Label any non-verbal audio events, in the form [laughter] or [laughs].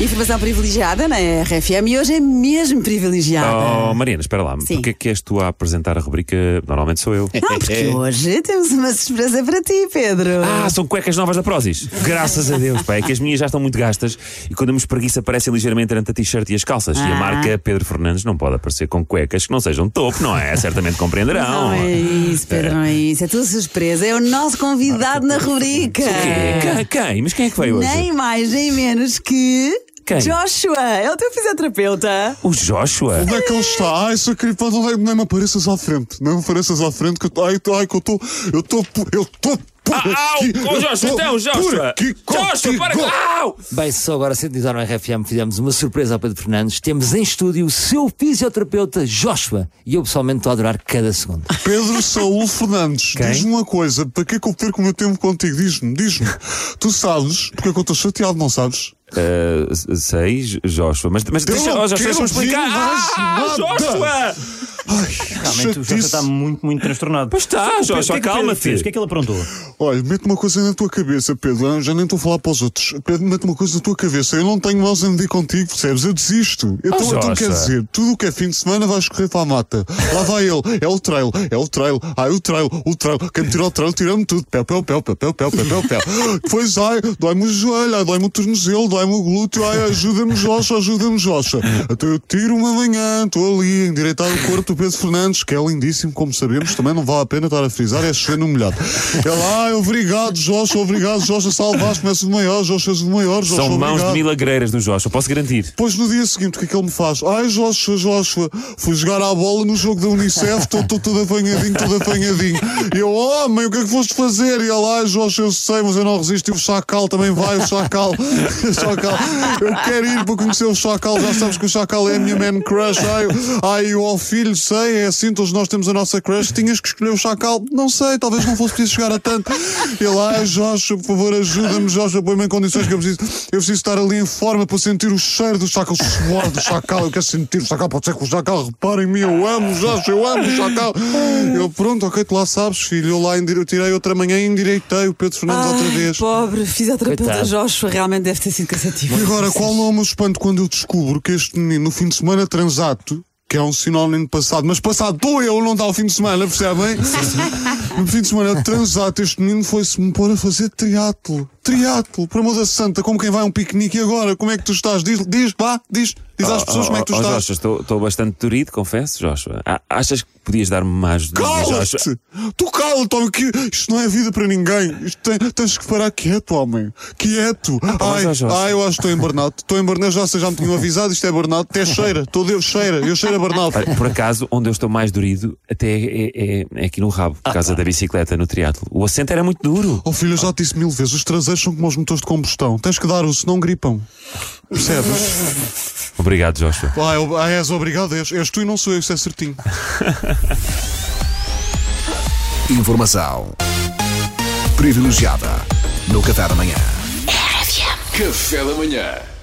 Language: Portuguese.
Informação privilegiada na RFM e hoje é mesmo privilegiada. Oh, Mariana, espera lá. Sim. É. Porquê é que és tu a apresentar a rubrica? Normalmente sou eu. Não, [laughs] porque hoje temos uma surpresa para ti, Pedro. Ah, são cuecas novas da Prozis. Graças a Deus, pá. É que as minhas já estão muito gastas e quando eu me espreguiço aparecem ligeiramente entre a t-shirt e as calças. E Ah. a marca Pedro Fernandes não pode aparecer com cuecas que não sejam topo, não é? Certamente compreenderão. Não é oh. isso, Pedro, não é isso. É tua surpresa, é o nosso convidado na rubrica. Quê? Quem? Quem? Mas quem é que veio hoje? Nem mais, nem menos que. Quem? Joshua, é o teu fisioterapeuta. O Joshua. Onde é que ele está? Ai, seu querido, pá, não, vai- nem me apareças à frente. Nem me apareças à frente que eu tô- ai, tô- ai, que eu estou. Eu estou. Eu estou. Ah, au! Oh, Joshua, então, Joshua! Joshua, para com. Au! Bem, só agora sintonizar no RFM fizemos uma surpresa ao Pedro Fernandes. Temos em estúdio o seu fisioterapeuta Joshua e eu pessoalmente estou a adorar cada segundo. Pedro Saúl Fernandes, diz-me uma coisa, para que é que eu perco o meu tempo contigo? Diz-me, diz-me. tu sabes porque é que eu estou chateado, não sabes? Uh, seis, Joshua. Mas, mas Eu deixa, não oh, Joshua, quero deixa-me explicar. ouvir Ah, mais nada. Joshua! Ai, Realmente o Joshua chatice. está muito, muito transtornado. Pois está, O que- Joshua, o que é que ele calma-te. fez? O que é que ele aprontou? Olha, mete uma coisa na tua cabeça, Pedro. Eu já nem estou a falar para os outros. Pedro, mete uma coisa na tua cabeça. Eu não tenho mãos a medir contigo, percebes? Eu desisto. Então, então Jossa. quer dizer, tudo o que é fim de semana vais correr para a mata. Lá vai ele. É o trail, é o trail. Ai, o trail, o trail. Quem me tirou o trail, tirou-me tudo. Pé, pé, pé, pé, pé, pé, pé, pé, pé. Pois ai, dói-me o joelho, ai, dói-me o tornozelo, dói-me o glúteo. Ai, ajuda-me, Jocha, ajuda-me, Jocha. Então eu tiro uma manhã, estou ali a endireitar o corpo do Pedro Fernandes, que é lindíssimo, como sabemos. Também não vale a pena estar a frisar, é chover no molhado. Ele, ai, obrigado, Jocha, obrigado, Jocha, salvaste-me, és o maior, Jocha, és o maior, Jocha, São mãos obrigado. de milagreiras do Joshua, posso garantir. Depois no dia seguinte, o que é que ele me faz? Ai, Joshua, Joshua, fui jogar à bola no jogo da Unicef, estou todo apanhadinho, todo apanhadinho. E eu, homem, o que é que foste fazer? E ele, ai, Joshua, eu sei, mas eu não resisto. E o Chacal também vai, o Chacal. [laughs] O Chacal, eu quero ir para conhecer o Chacal, já sabes que o Chacal é a minha man crush. Ai, ai, ó filho, sei, é assim, todos nós temos a nossa crush. Tinhas que escolher o Chacal, não sei, talvez não fosse preciso chegar a tanto. Ele, ai, Joshua, por favor, ajuda-me, Joshua, põe-me em condições que eu preciso, eu preciso estar ali em forma para sentir o cheiro do chacal, o suor do chacal. Eu quero sentir o chacal, pode ser que o chacal repare em mim. Eu amo, Joshua, eu amo o chacal. Eu, pronto, ok, tu lá sabes, filho. Eu lá endire- eu tirei outra manhã e endireitei o Pedro Fernandes outra Ai, vez. pobre fisioterapeuta Coitado. Joshua, realmente deve ter sido cansativo. E agora, qual não é o meu espanto quando eu descubro que este menino, no fim de semana transato, que é um sinónimo de passado, mas passado dou eu, não dá o fim de semana, percebem? [laughs] No fim de semana transato, este menino foi-se me pôr a fazer triatlo. Triatlo, por amor da santa, como quem vai a um piquenique. E agora, como é que tu estás? Diz, diz, vá, diz, diz às pessoas como é que tu Oh, oh, estás. Joshua, estou, estou bastante dorido, confesso, Joshua. A- achas que podias dar-me mais ajuda, Joshua? Cala-te! Tu cala-te, homem, que isto não é vida para ninguém. Isto tem- tens que parar quieto, homem. Quieto. pá, ai, Ah, mas, ó, Jorge. ai, eu acho que estou em burnout. Estou em burnout, já, sei, já me tinham avisado, isto é burnout. Até cheira, todo eu cheira, eu cheiro a burnout. Olha, Por acaso, onde eu estou mais dorido até é, é- é aqui no rabo, Ah, por causa da bicicleta no triatlo. O assento era muito duro. Oh filho, eu já te disse mil vezes, os traseiros são como os motores de combustão. Tens que dar o senão gripam. Percebes? [laughs] Obrigado, Joshua. Ah, eu- ah, és obrigado, és, és tu e não sou eu, isso é certinho. Informação privilegiada no Café da Manhã. Café da Manhã.